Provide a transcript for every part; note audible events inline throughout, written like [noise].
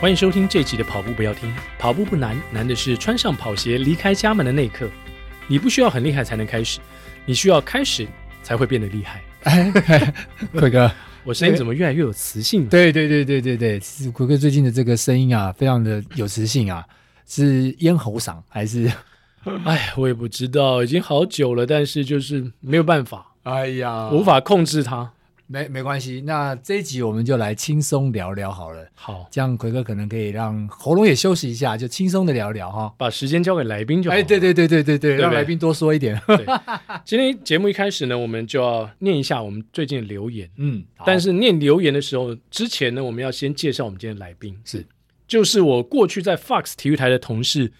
欢迎收听这集的跑步不要听。跑步不难，难的是穿上跑鞋离开家门的那一刻。你不需要很厉害才能开始，你需要开始才会变得厉害。哎，奎哥，我声音怎么越来越有磁性了？ [laughs] 啊对对对对对对，是奎哥最近的这个声音啊，非常的有磁性啊，是咽喉嗓还是？哎，我也不知道，已经好久了，但是就是没有办法， [laughs] 哎呀无法控制它。没没关系，那这一集我们就来轻松聊聊好了，好，这样奎哥可能可以让喉咙也休息一下，就轻松的聊聊哈。把时间交给来宾就好了。哎，对对对对对对，不对让来宾多说一点。 [laughs] 今天节目一开始呢，我们就要念一下我们最近的留言。 [laughs] 嗯，好但是念留言的时候之前呢，我们要先介绍我们今天的来宾，是，就是我过去在 Fox 体育台的同事，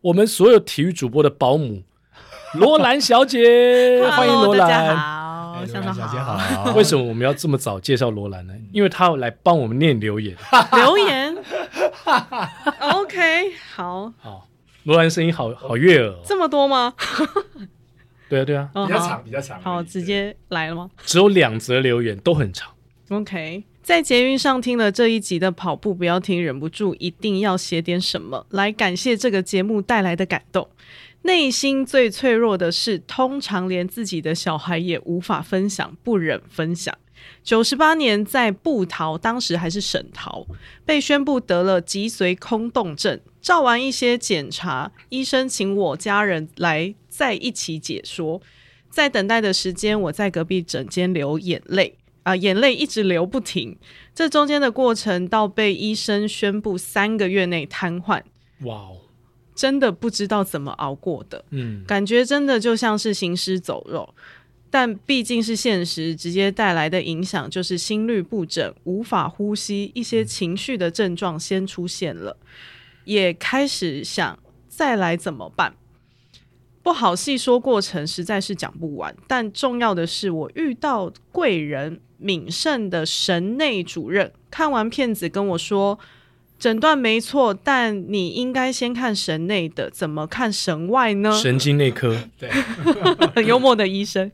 我们所有体育主播的保姆罗兰小姐， [laughs] 欢迎 Hello，罗大家兰。好，哎哦向上小姐好。 [laughs] 好，为什么我们要这么早介绍罗兰呢？因为她来帮我们念留言。 [laughs] 留言，OK，好，好，罗兰声音好好悦耳、哦。这么多吗？对啊，对啊，哦比较好长比较长？好，直接来了吗只有两则留言都很长。 ？OK，在捷运上听了这一集的跑步，不要听，忍不住一定要写点什么来感谢这个节目带来的感动。内心最脆弱的是，通常连自己的小孩也无法分享，不忍分享。九十八年在布桃，当时还是省桃，被宣布得了脊髓空洞症。照完一些检查，医生请我家人来在一起解说。在等待的时间，我在隔壁枕间流眼泪啊、眼泪一直流不停。这中间的过程到被医生宣布三个月内瘫痪，哇哦，真的不知道怎么熬过的。嗯，感觉真的就像是行尸走肉。但毕竟是现实，直接带来的影响就是心律不整、无法呼吸，一些情绪的症状先出现了，也开始想再来怎么办。不好细说过程，实在是讲不完。但重要的是，我遇到贵人敏盛的神内主任，看完片子跟我说，诊断没错，但你应该先看神内的，怎么看神外呢？神经内科，很 [laughs] 幽默的医生，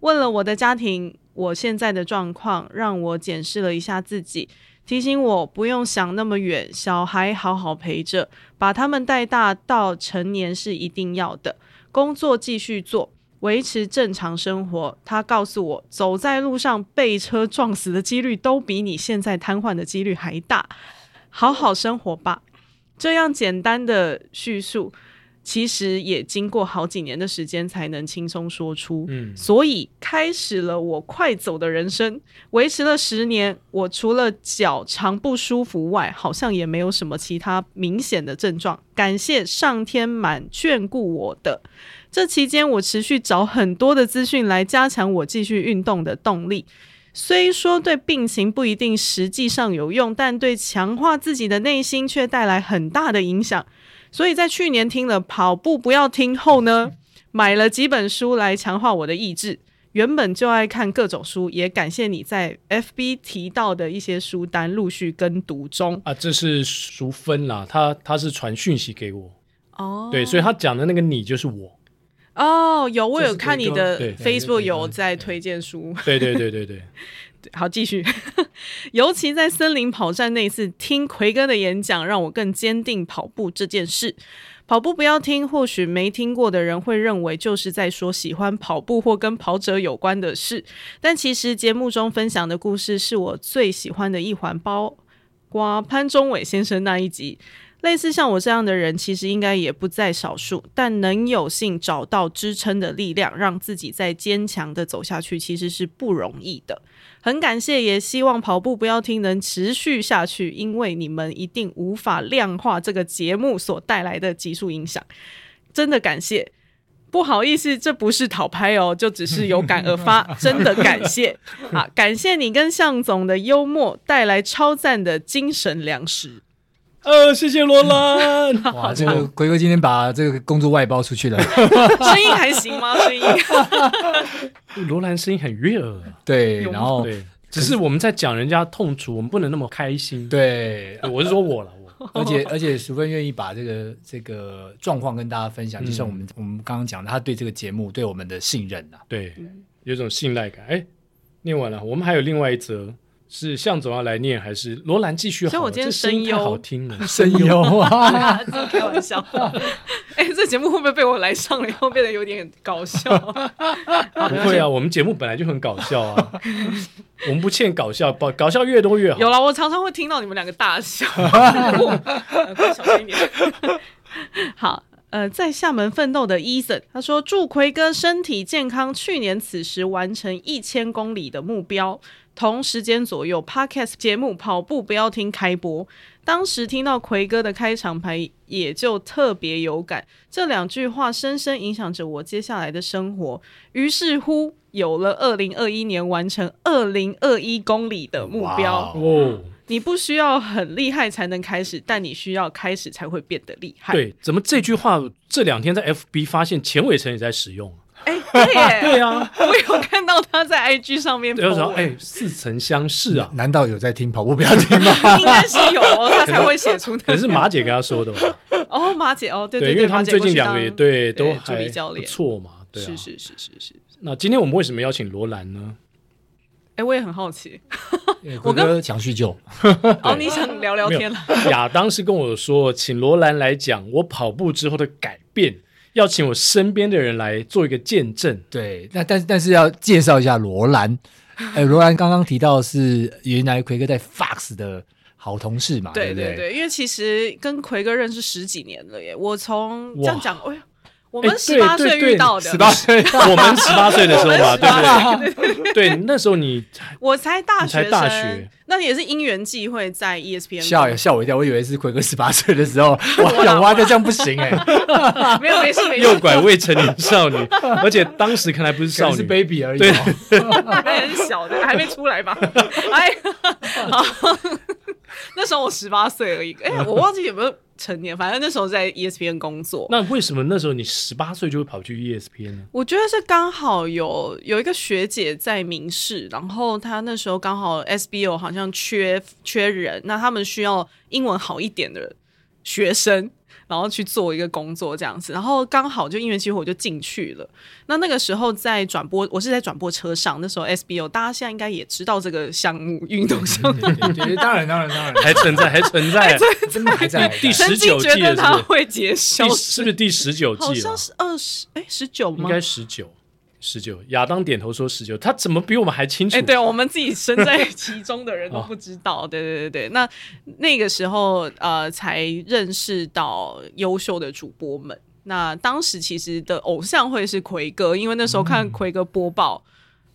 问了我的家庭我现在的状况，让我检视了一下自己，提醒我不用想那么远，小孩好好陪着，把他们带大到成年是一定要的，工作继续做。维持正常生活，他告诉我，走在路上被车撞死的几率都比你现在瘫痪的几率还大，好好生活吧。这样简单的叙述，其实也经过好几年的时间才能轻松说出。嗯所以开始了我快走的人生，维持了十年。我除了脚常不舒服外，好像也没有什么其他明显的症状。感谢上天蛮眷顾我的。这期间，我持续找很多的资讯来加强我继续运动的动力。虽说对病情不一定实际上有用，但对强化自己的内心却带来很大的影响。所以在去年听了《跑步不要听》后呢，买了几本书来强化我的意志。原本就爱看各种书，也感谢你在 FB 提到的一些书单陆续跟读中。啊，这是淑芬啦，她她是传讯息给我，哦对，所以她讲的那个你就是我，哦，有我这有是看你推歌的对 Facebook 有对在推荐书。对对对对对，好，继续。 [laughs] 尤其在森林跑站那一次，听奎哥的演讲，让我更坚定跑步这件事。跑步不要听，或许没听过的人会认为就是在说喜欢跑步或跟跑者有关的事，但其实节目中分享的故事是我最喜欢的一环，包括潘宗伟先生那一集。类似像我这样的人，其实应该也不在少数，但能有幸找到支撑的力量，让自己再坚强的走下去，其实是不容易的。很感谢，也希望跑步不要听能持续下去，因为你们一定无法量化这个节目所带来的急速影响。真的感谢，不好意思，这不是讨拍哦，就只是有感 [laughs] 而发，真的感谢啊！感谢你跟向总的幽默带来超赞的精神粮食。呃，谢谢罗兰。 [laughs] 哇，这个奎哥今天把这个工作外包出去 [laughs] 了。声音还行吗？声音 [laughs] 罗兰声音很悦耳啊，对，有吗然后对，只是我们在讲人家痛楚，我们不能那么开心。对，对，我是说我了，我而且而且，淑芬愿意把这个这个状况跟大家分享，嗯就像我们我们刚刚讲的，他对这个节目对我们的信任啊。。对，有一种信赖感。哎，念完了，我们还有另外一则是向总要来念，还是罗兰继续好了？所以我今天这声音声优太好听哦 [laughs] 了声优啊，啊，这是开玩笑。哎、这节目会不会被我来上了以后变得有点搞 [laughs] 笑？不会啊，我们节目本来就很搞笑 [laughs] 啊，我们不欠搞笑，搞搞笑越多越好。有啊了，我常常会听到你们两个大笑，呃快小心一点。好，呃，在厦门奋斗的 Eason，他说祝奎哥身体健康，去年此时完成一千公里的目标。同时间左右，Podcast 节目跑步不要听开播。当时听到奎哥的开场白，也就特别有感。这两句话深深影响着我接下来的生活，于是乎有了二零二一年完成二零二一公里的目哇标。哦哦，你不需要很厉害才能开始，但你需要开始才会变得厉害。，对，怎么这句话这两天在 FB 发现钱伟成也在使用？啊 [laughs] 哎、对 [laughs] 耶，对啊，我有看到他在 IG [laughs] 上面 po 有时候文，哎，似曾相识嗯啊，难道有在听跑步不要听吗？应该是有哦，他才会写出 [laughs] 可 [laughs] 那能是马姐跟他说的吧？哦，马姐哦， [laughs] 对对因为他们最近两个也对对，都助还理教不练错嘛，对啊。是是是是是。那今天我们为什么邀请罗兰呢？ [laughs] 哎、我也很好奇，我哥想叙旧，哦，你想聊聊没有天了？亚当是跟我说，请罗兰来讲我跑步之后的改变，要请我身边的人来做一个见 [laughs] 证。对，那但但是要介绍一下罗兰，哎，罗兰刚刚提到是原来奎哥在 Fox 的好同事嘛，对不对对，因为其实跟奎哥认识十几年了耶，我从这样讲，哎呦，我哎们十八对岁对对遇到的， 18岁我们十八岁的时候啊嘛，对不对对，对？对，那时候你 [laughs] 我才大你学才生，大学那也是因缘际会在 E ESPN 吓吓我一跳，我以为是奎哥十八岁的时候，哇，想挖的这样不行哎， [laughs] 没有没事没事，诱拐未成年少女，而且当时看来不是可能少是女， baby 而已对哦，还很小的，还没出来吧？哎， [laughs] 好 [laughs] 那时候我十八岁而已，哎、我忘记有没有成年，反正那时候在 E ESPN 工作。那为什么那时候你十八岁就会跑去 E ESPN 呢？我觉得是刚好有有一个学姐在明视，然后她那时候刚好 SBO 好像缺缺人，那他们需要英文好一点的学生，然后去做一个工作这样子，然后刚好就因缘机会我就进去了。那那个时候在转播，我是在转播车上，那时候 SBO 大家现在应该也知道这个项目运动项目， [laughs] 对对当然当然当然，还存在，还存在，啊真的还在第曾十经九觉季得了，它是不会结是？消第，是不是第十啊九好季了像？是二十哎十九应吗？该十九，十九。亚当点头说十九，他怎么比我们还清楚？哎、对我们自己身 [laughs] 在其中的人都不知道。哦对对对对，那那个时候呃，才认识到优秀的主播们。那当时其实的偶像会是奎哥，因为那时候嗯看奎哥播报。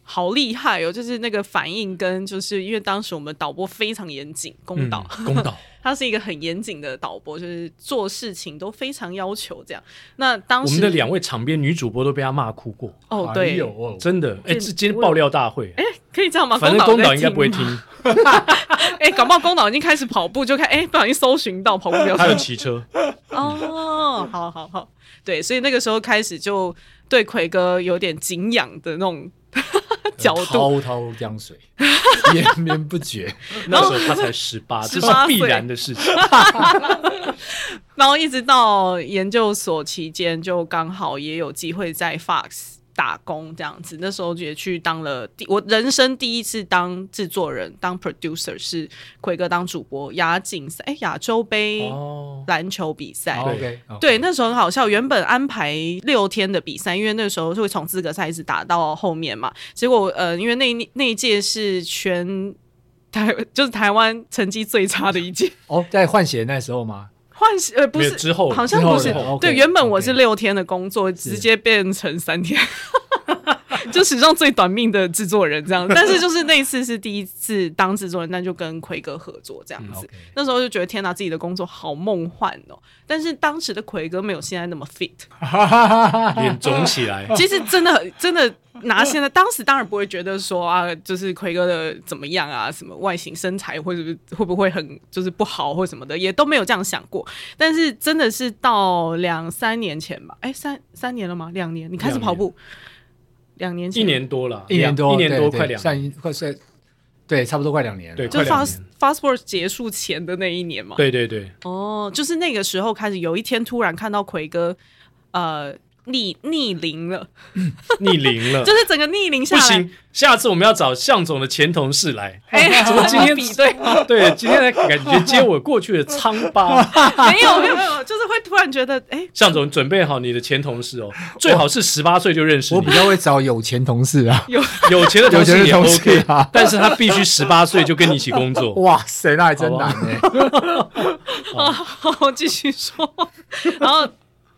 好厉害哦！就是那个反应跟，就是因为当时我们导播非常严谨，公嗯道，公 [laughs] 道，他是一个很严谨的导播，就是做事情都非常要求这样。那当我时们的两位场边女主播都被他骂哭过，哦，对，有哦，真的。哎，这这今天爆料大会，可以这样吗？反正公岛岛应该不会在听吗。，哎、搞不好公岛已经开始跑步，就看哎、不小心搜寻到跑步标他有准。骑 [laughs] 车，哦，好好好，对，所以那个时候开始就对奎哥有点敬仰的那种角度。滔滔江水，绵绵不绝，那时候他才十八，这是18岁必然的事情。然后一直到研究所期间，就刚好也有机会在 Fox 打工这样子。那时候也去当了第我人生第一次当制作人，当 producer 是奎哥当主播亚锦赛，哎、亚洲杯哦，篮球比赛。好 OK，好对，那时候很好笑。原本安排六天的比赛，因为那时候就会从资格赛一直打到后面嘛。结果呃，因为那一那一届是全台 [laughs] 就是台湾成绩最差的一届，哦，在换鞋那时候吗？换是呃不没有是之后好像之后不是之后对。 OK，原本我 OK 是六天的工作，直接变成三天。 [laughs] 就史上最短命的制作人这样，但是就是那一次是第一次当制作人，但就跟奎哥合作这样子。嗯 OK 那时候就觉得天哪，自己的工作好梦幻哦！但是当时的奎哥没有现在那么 fit，脸肿起 [laughs] 来， [laughs] 其实真的真的拿现在，当时当然不会觉得说啊，就是奎哥的怎么样啊，什么外形、身材或者是会不会很就是不好或什么的，也都没有这样想过。但是真的是到两三年前吧，哎，三三年了吗？两年，你开始跑步，两年前，一年多了，一年多，一年多对对快两年，算一快算，对，差不多快两年了。对就是快两 fast fast sport 结束前的那一年嘛。对对对，哦，就是那个时候开始，有一天突然看到奎哥，呃，逆逆龄了，逆龄了 [laughs] 就。是整个逆龄嗯下不来。行，下次我们要找向总的前同事来。 [laughs] 哎，怎么今天比对？对，今天来感觉接我过去的疮疤。没 [laughs] 有没有没有，就是会突然觉得，哎，向总，准备好你的前同事 [laughs] 哦，最好是十八岁就认识我你比。较会找有钱同事啊。有有钱的同事有也钱的同事 OK，啊但是他必须十八岁就跟你一起工 [laughs] 作。哇塞，那还真难哎、好，我继续 [laughs] 说。然后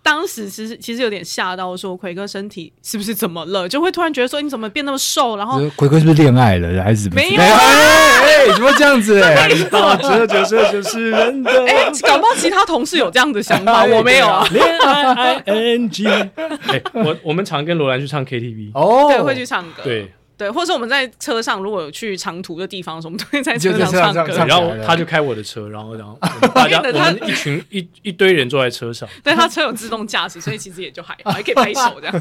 当时其实其实有点吓到，说奎哥身体是不是怎么了？就会突然觉得说你怎么变那么瘦？然后你说奎哥啊是不是恋爱了还是怎么？没有啊哎哎哎，怎么这样子哎、到这就是就是人 [laughs] 的哎、搞不好其他同事有这样的想法， [laughs] 哎我没有啊。恋爱 ing。哎，我我们常跟罗兰去唱 KTV，哦，对，会去唱歌。对，对，或者是我们在车上，如果有去长途的地方的时候，我们都会在就车在上车上唱歌。唱然后他就开我的车，然后然 [laughs] 后我们大家真的我哎他们一群一一堆人坐在车上，但他车有自动驾驶，所以其实也就还 [laughs] 好，还可以拍手这样。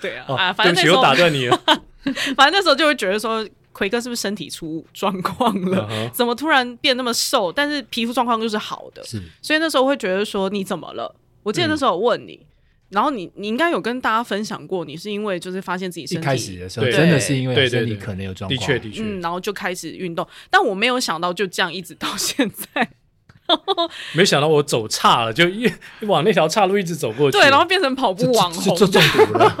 对啊，哦啊，反对不正那起，时我候，打断你了。 [laughs] 反正那时候就会觉得说，奎哥是不是身体出状况了嗯哼怎么突然变那么瘦？但是皮肤状况就是好的，是所以那时候会觉得说你怎么了？我记得那时候我问你，然后你你应该有跟大家分享过，你是因为就是发现自己一身体开始的时候对真的是因为对对身体对可能有状的况，确的确，嗯，然后就开始运动，但我没有想到就这样一直到现在，没想到我走岔了，就一一往那条岔路一直走过去。对，然后变成跑步网红就，就中毒了。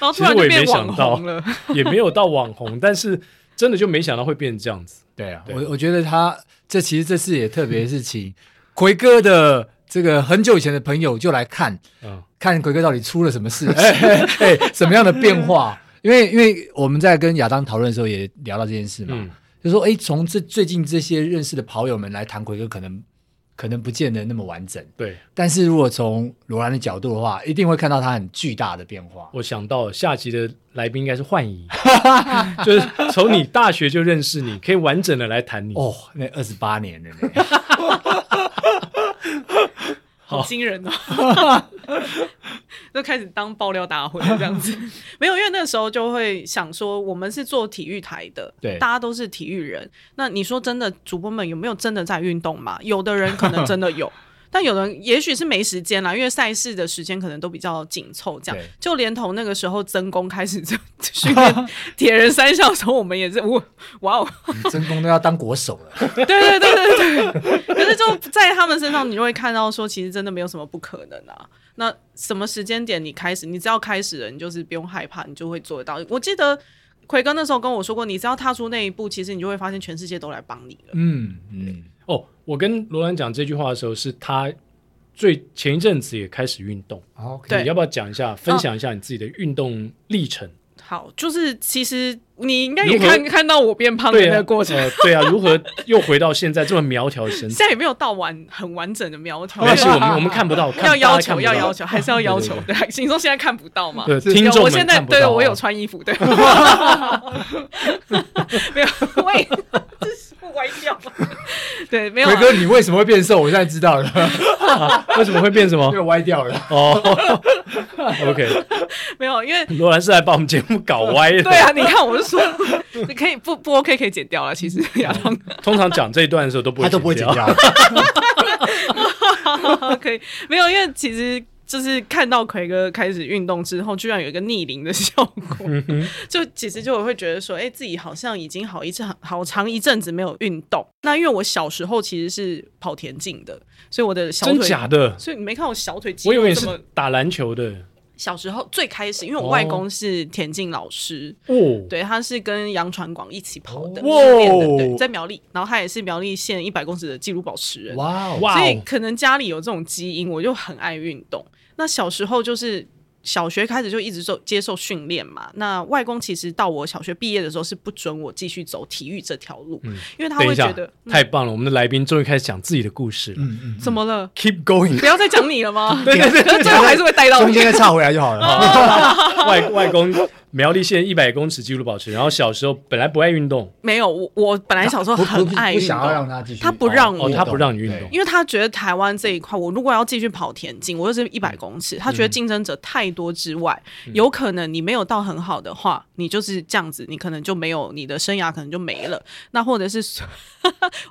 然后突然就变网红了，也没有到网红，但是真的就没想到会变成这样子。对啊，对我我觉得他这其实这次也特别是请奎哥的这个很久以前的朋友就来看，嗯，看奎哥到底出了什 [laughs] 么事，哎哎 [laughs] 哎什么样的变化？因为因为我们在跟亚当讨论的时候也聊到这件事嘛，嗯就说哎，从这最近这些认识的跑友们来谈奎哥，可能可能不见得那么完整，对，但是如果从罗兰的角度的话，一定会看到他很巨大的变化。我想到下集的来宾应该是幻 [laughs] 怡，就是从你大学就认识你，可以完整的来谈你。哦，那二十八年了呢。 [laughs] 好惊人哦！ [laughs] 就开始当爆料大会 [laughs] 这样子，没有，因为那时候就会想说，我们是做体育台的，对大家都是体育人。那你说真的，主播们有没有真的在运动嘛？有的人可能真的 [laughs] 有，但有人也许是没时间啦，因为赛事的时间可能都比较紧凑，这样对。就连同那个时候曾公开始 [laughs] 训练铁人三项的时候，我们也是，我哇哦，你真功都要当国手了，对 [laughs] 对对对对。可是就在他们身上，你就会看到说，其实真的没有什么不可能啊。那什么时间点你开始，你只要开始了，你就是不用害怕，你就会做得到。我记得奎哥那时候跟我说过，你只要踏出那一步，其实你就会发现全世界都来帮你了。嗯嗯，哦，我跟罗兰讲这句话的时候，是他最前一阵子也开始运动。好，OK，对你要不要讲一下，分享一下你自己的运动历程？好，就是其实你应该也如何看看到我变胖的对哦那啊个过程。呃对啊，如何又回到现在这么苗条的身现 [laughs] 材？在也没有到完很完整的苗条，没关系，因为我们我们看不到，看啊要要大家看求不要到要求，还是要要求。对，你说现在看不到嘛？对是听众我们现在看不到对啊我有穿衣 [laughs] 服，对，没有，我也这是歪掉了， [laughs] 对，没有啊、奎哥，你为什么会变瘦？我现在知道了，为什么会变什么？又歪掉了。哦 [laughs] ，OK，没有，因为 [laughs] 罗兰是来把我们节目搞歪的。对啊，你看，我就说你可以不不 OK 可以剪掉了，其实嗯亚当通常讲这一段的时候都不会他都不会剪掉。掉。可以没有，因为其实。就是看到奎哥开始运动之后，居然有一个逆龄的效果，嗯 [laughs] 就其实就我会觉得说，哎、自己好像已经好一阵好长一阵子没有运动。那因为我小时候其实是跑田径的，所以我的小腿真假的？所以你没看我小腿肌我以肉为你这么是打篮球的小时候最开始，因为哦我外公是田径老师，哦。对，他是跟杨传广一起跑的，哇训练的，对哦在苗栗，然后他也是苗栗县一百公尺的纪录保持人， [laughs] 哇哦，哇所以哦，可能家里有这种基因，我就很爱运动。那小时候就是小学开始就一直受接受训练嘛。那外公其实到我小学毕业的时候是不准我继续走体育这条路，因为嗯他等会一觉下得，嗯太棒了！我们的来宾终于开始讲自己的故事了。怎么了？ Keep going，不要再讲你了吗？对对对 [laughs] 可是最后还是会带到哦中你。间再岔回来就好了。 [laughs] 外外公苗栗县一百公尺纪录保持，然后小时候本来不爱运动，没有，我我本来小时候不不很不爱不运想要动让。他继续。他不让我哦，他不让你运动，因为他觉得台湾这一块，我如果要继续跑田径，我就是一嗯百公尺，他觉得竞争者太多之外，有可能你没有到很好的话，你就是这样子，你可能就没有你 [laughs] 的生涯，可能就没了。那或者是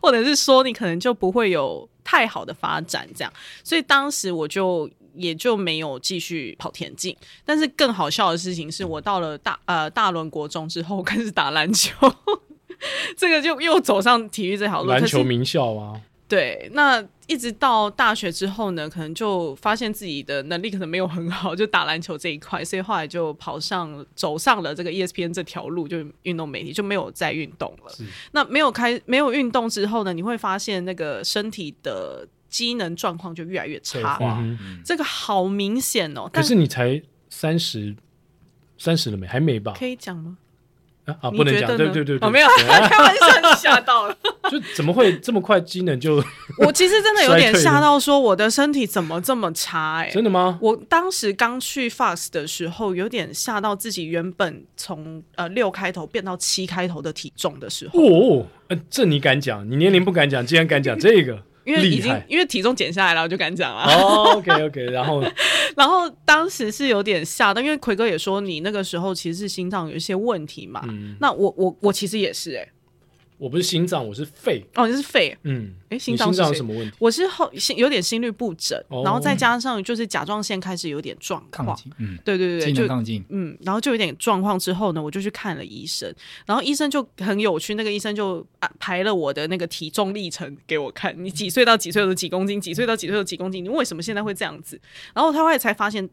或者是说，你可能就不会有太好的发展，这样，所以当时我就也就没有继续跑田径。但是更好笑的事情是嗯我到了大呃大伦国中之后开始打篮球， [laughs] 这个就又走上体育这条路。篮球哦可是名校啊，对，那一直到大学之后呢，可能就发现自己的能力可能没有很好，就打篮球这一块，所以后来就跑上走上了这个 E ESPN 这条路，就是运动媒体，就没有再运动了是。那没有开没有运动之后呢，你会发现那个身体的机能状况就越来越退差，化，嗯嗯这个好明显哦。可但是你才三十，三十了没？还没吧？可以讲吗？啊啊，你不能觉讲，得对呢对对，对哦没有， [laughs] 开玩笑，[laughs] 吓到了。就怎么会这么快机能 [laughs] 就我其实真的有衰点退吓了到，说我的身体怎么这么差、欸？哎，真的吗？我当时刚去 Fast 的时候，有点吓到自己原本从呃六开头变到七开头的体重的时候，哦，呃这你敢讲？你年龄不敢讲，竟然敢讲这 [laughs] 个，因为已厉经害。因为体重减下来了，我就敢讲啊。哦，OK OK，然后然后当时是有点吓到，因为奎哥也说你那个时候其实是心脏有一些问题嘛。嗯，那我我我其实也是哎、我不是心脏，我是肺。哦，你是肺，嗯，哎，你心脏心是脏有谁什么问题？我是后心有点心律不整，哦然后再加上就是甲状腺开始有点状抗况，击，嗯，对对技对，就能抗进，嗯，然后就有点状况之后呢，我就去看了医生，然后医生就很有趣，那个医生就啊排了我的那个体重历程给我看，你几岁到几岁有几公斤，几岁到几岁有几公斤，你为什么现在会这样子？然后他后来才发现，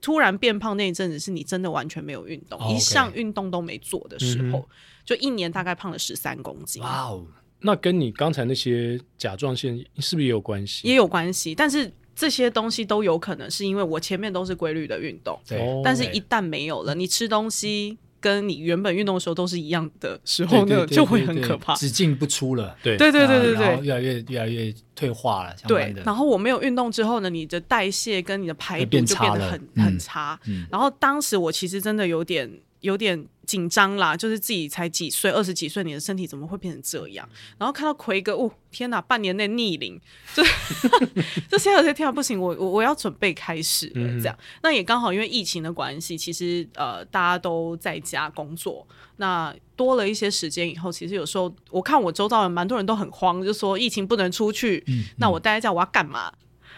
突然变胖那一阵子是你真的完全没有运动，哦，OK 一项运动都没做的时候，嗯就一年大概胖了十三公斤。哇哦，那跟你刚才那些甲状腺是不是也有关系？也有关系，但是这些东西都有可能是因为我前面都是规律的运动，对，嗯哦但是一旦没有了，你吃东西跟你原本运动的时候都是一样的时对候呢，对对就会对很对可怕。只进不出了，对对对对啊对然后对越来越越来越退化了，相关对，然的，后我没有运动之后呢，你的代谢跟你的排会毒变就差变得了很嗯很差。嗯，然后当时我其实真的有点有点紧张啦，就是自己才几岁，二十几岁，你的身体怎么会变成这样？然后看到奎哥，哦，天哪，半年内逆龄， [laughs] 这这些有些天哪，不行，我我我要准备开始了，嗯哼这样。那也刚好因为疫情的关系，其实呃大家都在家工作，那多了一些时间以后，其实有时候我看我周遭人蛮多人都很慌，就说疫情不能出去，嗯那我待在家我要干嘛？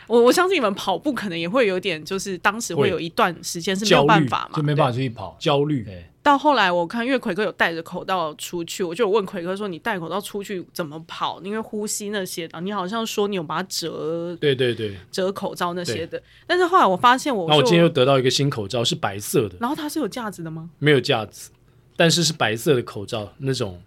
我我相信你们跑步可能也会有点，就是当时会会有一段时间是没有办法嘛，就没办法出对。去跑，焦虑，对，到后来我看，因为奎哥有戴着口罩出去，我就有问奎哥说：“你戴口罩出去怎么跑？因为呼吸那些的，你好像说你有把它折对对对。折口罩那些的。”但是后来我发现我那就，我今天又得到一个新口罩，是白色的，然后它是有价值的吗？没有架子，但是是白色的口罩，那种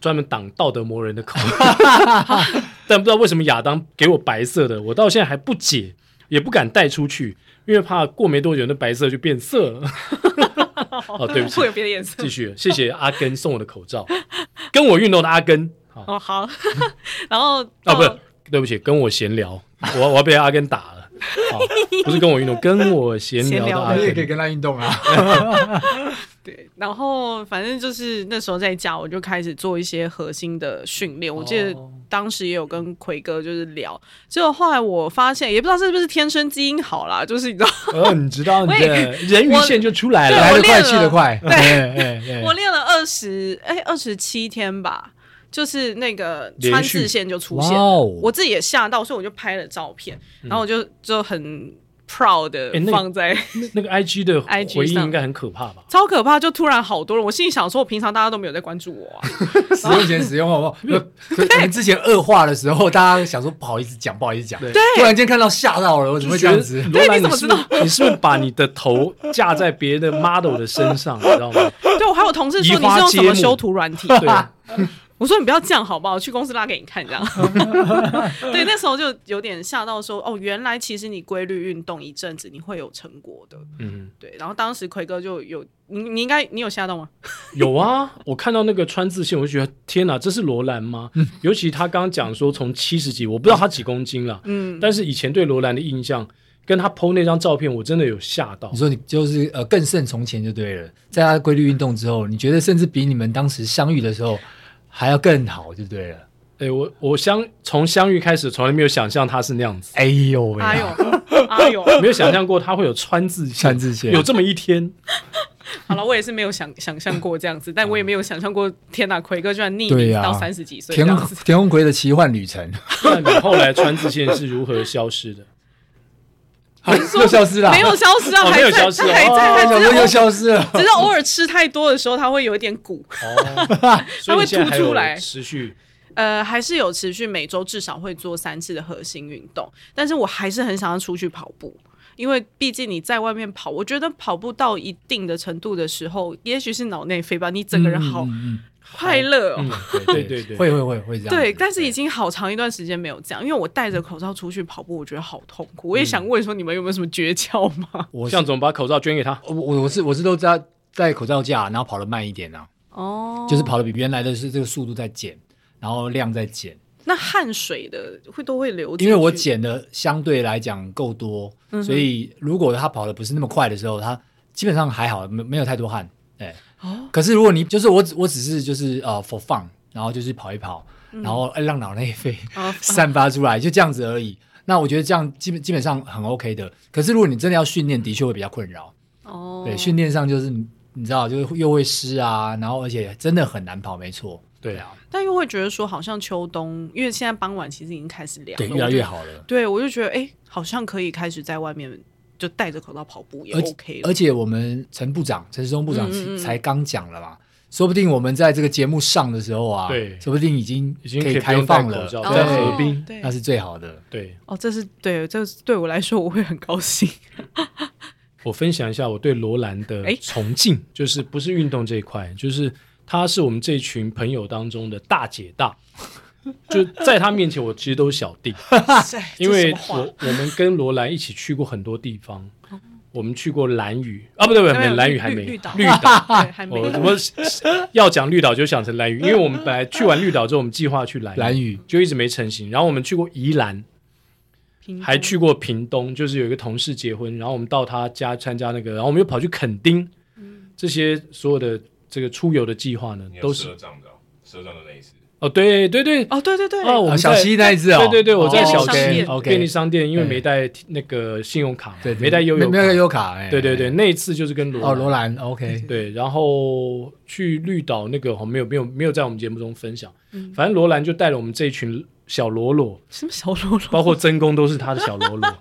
专门挡道德魔人的口 [laughs] 罩。但不知道为什么亚当给我白色的，我到现在还不解，也不敢带出去，因为怕过没多久那白色就变色 [laughs] 了。哦，对不起会，有别的颜色继。续，谢谢阿根送我的口罩，跟我运动的阿根。好哦，好。 [laughs] 然后呃啊，到不是，对不起，跟我闲聊，我我要被阿根打了。好，不是跟 [laughs] 我运动，跟我闲聊闲的聊阿的你也可以根。跟他运动啊，对，然后反正就是那时候在家，我就开始做一些核心的训练。我记得哦当时也有跟奎哥就是聊，结果后来我发现，也不知道是不是天生基因好啦，就是你知道，哦，你知道你我 [laughs] 的人鱼我线就出来了对。来我得快练去得了快，对，哎哎我练了二十哎二十七天吧，就是那个连川续字线就出哇现了，哦，我自己也吓到，所以我就拍了照片，然后我就就很 proud 嗯的哎那个放在、 [laughs] 那个 IG 的 IG 回应上应该很可怕吧？超可怕，就突然好多人，我心里想说，我平常大家都没有在关注我啊， [laughs] [laughs] 使用前使用好不好？可可能之前恶化的时候，大家想说不好意思讲，不好意思讲，对突然间看到吓到了，我怎么会这样子？罗兰，你怎么是不是 [laughs] 你是不是把你的头架在别的 model 的身上，你知道 [laughs] 吗？对我还有同事说移你是花用接什木么修图软体， [laughs] 对，啊我说你不要这样好不好？我去公司拉给你看，这样。对，那时候就有点吓到说，哦，原来其实你规律运动一阵子，你会有成果的。嗯，对，然后当时奎哥就有你，你应该你有吓到吗？有啊，我看到那个川字线，我就觉得天哪，这是罗兰吗？嗯尤其他刚刚讲说从七十几，我不知道他几公斤了，嗯，但是以前对罗兰的印象，跟他 PO 那张照片，我真的有吓到你。说你就是呃更胜从前就对了，在他规律运动之后，你觉得甚至比你们当时相遇的时候还要更好就对了。哎，我我相从相遇开始，从来没有想象他是那样子，哎呦喂、啊！ [laughs] 哎呦，哎呦，没有想象过他会有川字线，川字线有这么一天。好了，我也是没有想想象过这样子，但我也没有想象过，天哪，奎哥居然逆对龄呀到三十几岁这田样子。田鸿奎的奇幻旅 [laughs] 程，那你后来川字线是如何消失的？啊 [laughs] 又消失了，没有消失啊，哦还没有在，消失他哦还在，啊，还小只时候又是消失了。只是偶尔吃太多的时候，它会有一点鼓。 [laughs] 哦，所以你现在还有它会凸出来持续呃，还是有持续每周至少会做三次的核心运动，但是我还是很想要出去跑步，因为毕竟你在外面跑，我觉得跑步到一定的程度的时候，也许是脑内啡吧，你整个人好嗯，快乐哦。嗯，对对对对，会会会会这样子。对，但是已经好长一段时间没有这样，因为我戴着口罩出去跑步，我觉得好痛苦。我也嗯想问说，你们有没有什么诀窍 [laughs] 吗？我是向总把口罩捐给他，我我我是我是都在戴口罩架，然后跑得慢一点啊，哦，就是跑得比原来的是这个速度在减，然后量在减，那汗水的会都会流进去，嗯因为我减的相对来讲够多，所以如果他跑的不是那么快的时候，他基本上还好，没没有太多汗。哎，哦可是如果你就是我只，我只是就是呃 for fun，然后就是跑一跑，然后、哎让脑内啡嗯哦 [laughs] 散发出来，就这样子而已。那我觉得这样基本基本上很 OK 的。可是如果你真的要训练，的确会比较困扰。哦，对，训练上就是你知道，就是又会湿啊，然后而且真的很难跑，没错。对啊，但又会觉得说，好像秋冬，因为现在傍晚其实已经开始凉了，对，我越来就越好了。对，我就觉得哎、诶好像可以开始在外面就戴着口罩跑步也而且 OK 了。而且我们陈部长、陈时中部长嗯嗯嗯才刚讲了嘛，说不定我们在这个节目上的时候啊，对说不定已经已经可可以不开用戴放口了，罩哦在对河滨对那是最好的。对哦，这是对，这是对我来说我会很 [laughs] 高兴。我分享一下我对罗兰的哎崇敬，就是不是运动这一块，就是她是我们这群朋友当中的大姐大，就在她面前我其实都是小弟，塞 [laughs] 因这什为么话哦我我们跟罗兰一起去过很多地方，我们去过蓝屿啊，不对不没有对，蓝屿还绿没绿岛绿岛。对 [laughs] 还 [laughs] 没我我要讲绿岛就想成蓝屿，因为我们本来去完绿岛之后，我们计划去蓝屿蓝宇就一直没成型。然后我们去过宜兰，屏还东去过屏东，就是有一个同事结婚，然后我们到他家参加那个，然后我们又跑去垦丁，嗯这些所有的这个出游的计划呢你，有都是赊账的哦，赊账的那一次，哦，对对对，哦，对对对，哦，我啊，们小在溪那一只哦，对对对，我在便利小商区店便利 OK，商店，因为对没带那个信用卡嘛，对，没带悠游没卡，有优卡，哎对对对，，那一次就是跟哦，罗罗兰兰，OK，对，然后去绿岛那个好像没有没有没有在我们节目中分享，嗯反正罗兰就带了我们这一群小罗 [laughs] 罗，什么小罗罗，包括真宫都是他的小罗 [laughs] 罗，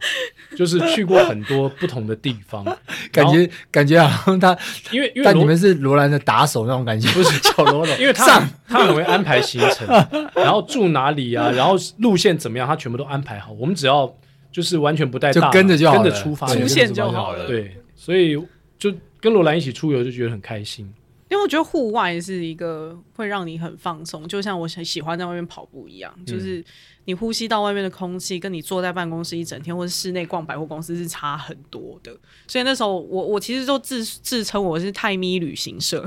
就是去过很多不同的地方， [laughs] 感然后觉感觉好像他，因为因为但你罗们是罗兰的打手那种感觉，不是小罗罗，因 [laughs] 为他他很会安排行程，然后住哪里啊，然后路线怎么样，他全部都安排好，我们只要就是完全不带就大脑跟着就好了，跟着出发对出就现跟着就好了对，所以就跟罗兰一起出游就觉得很开心。因为我觉得户外是一个会让你很放松，就像我很喜欢在外面跑步一样，就是你呼吸到外面的空气，跟你坐在办公室一整天或者室内逛百货公司是差很多的。所以那时候我我其实就自自称我是泰咪旅行社，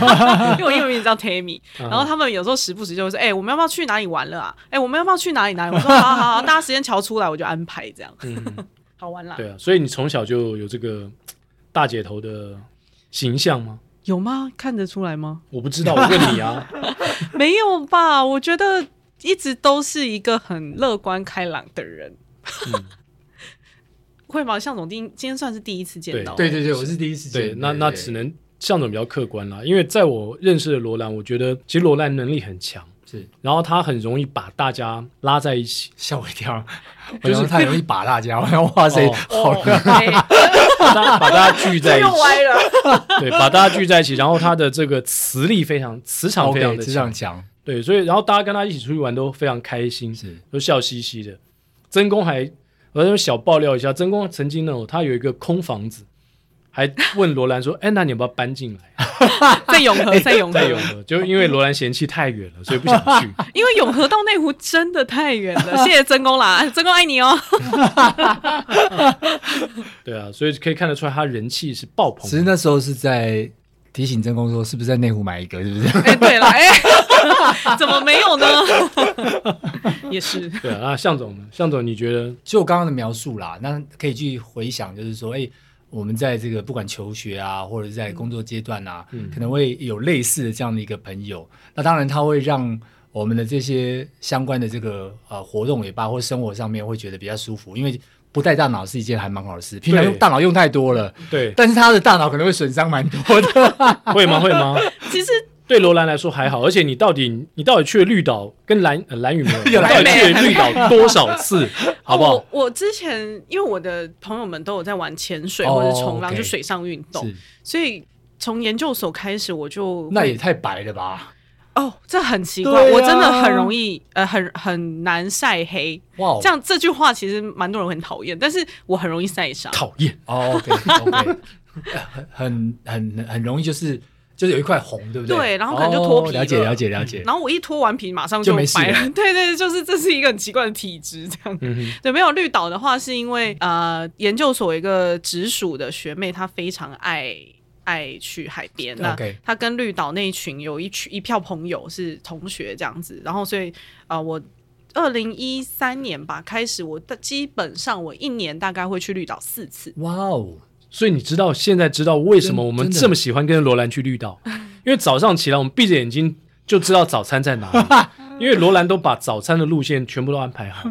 [laughs] 因为我英文名字叫 Tammy，然后他们有时候时不时就会说：“哎、我们要不要去哪里玩了啊？哎、我们要不要去哪里哪里？”我说：“好好好，大家时间瞧出来，我就安排这样， [laughs] 好玩啦。对啊，所以你从小就有这个大姐头的形象吗？有吗？看得出来吗？我不知道，我问你 [laughs] 啊。没有吧？我觉得一直都是一个很乐观开朗的人，嗯会吗？向总今今天算是第一次见到，对对对，我是第一次见，对，那那只能向总比较客观啦，因为在我认识的罗兰，我觉得其实罗兰能力很强，是，然后他很容易把大家拉在一起 [laughs] 吓我一跳，就就是是太容易把大家，哇塞，哦好对，把大把大家聚在 [laughs] 一起又，歪了。对，把大家聚在一起，然后他的这个磁力非常，磁场非常 OK，的这强样，强对，所以然后大家跟他一起出去玩都非常开心，是都笑嘻嘻的。曾公还，我那小爆料一下，曾公曾经呢，他有一个空房子，还问罗兰说：“哎，那你要不要搬进来在永和，在永？”和在，永和，就因为罗兰嫌弃太远了，所以不想去。因为永和到内湖真的太远了。谢谢真公啦，真公爱你哦。对啊，所以可以看得出来，他人气是爆棚其实的。那时候是在提醒真公说，是不是在内湖买一个？是不是？ [laughs] 哎，对了，哎， [laughs] 怎么没 [laughs] 有呢？也是，对啊，那向总呢？向总，你觉得就我刚刚的描述啦，那可以去回想，就是说，哎，我们在这个不管求学啊，或者是在工作阶段啊，可能会有类似的这样的一个朋友。那当然，他会让我们的这些相关的这个呃活动也罢，或生活上面会觉得比较舒服，因为不带大脑是一件还蛮好的事。平常对用大脑用太多了，对，但是他的大脑可能会损伤蛮多的。会吗？会吗？其实对罗兰来说还好，而且你到底你到底去了绿岛跟蓝呃蓝雨 [laughs] 没有？你有到底还没去了绿岛多少 [laughs] 次？好不好？哦我我之前因为我的朋友们都有在玩潜水哦或者冲浪 OK 就水上运动，是，所以从研究所开始我就那也太白了吧？哦，这很奇怪，对啊我真的很容易呃很很难晒黑。哇哦，这样这句话其实蛮多人会很讨厌，但是我很容易晒伤。讨厌，哦，OK OK，很很很容易就是就是有一块红，对不对？对然后可能就脱皮哦了解了了解了解。然后我一脱完皮，马上就没事白了。 [laughs] 了对对，对就是这是一个很奇怪的体质，这样。嗯哼，对，没有绿岛的话，是因为呃，研究所有一个直属的学妹，她非常爱爱去海边。那 OK 她跟绿岛那一群有一群一票朋友是同学这样子，然后所以啊、呃我二零一三年吧开始，我的基本上我一年大概会去绿岛四次。哇哦，所以你知道现在知道为什么我们真的这么喜欢跟罗兰去绿岛，因为早上起来我们闭着眼睛就知道早餐在哪里，因为罗兰都把早餐的路线全部都安排好，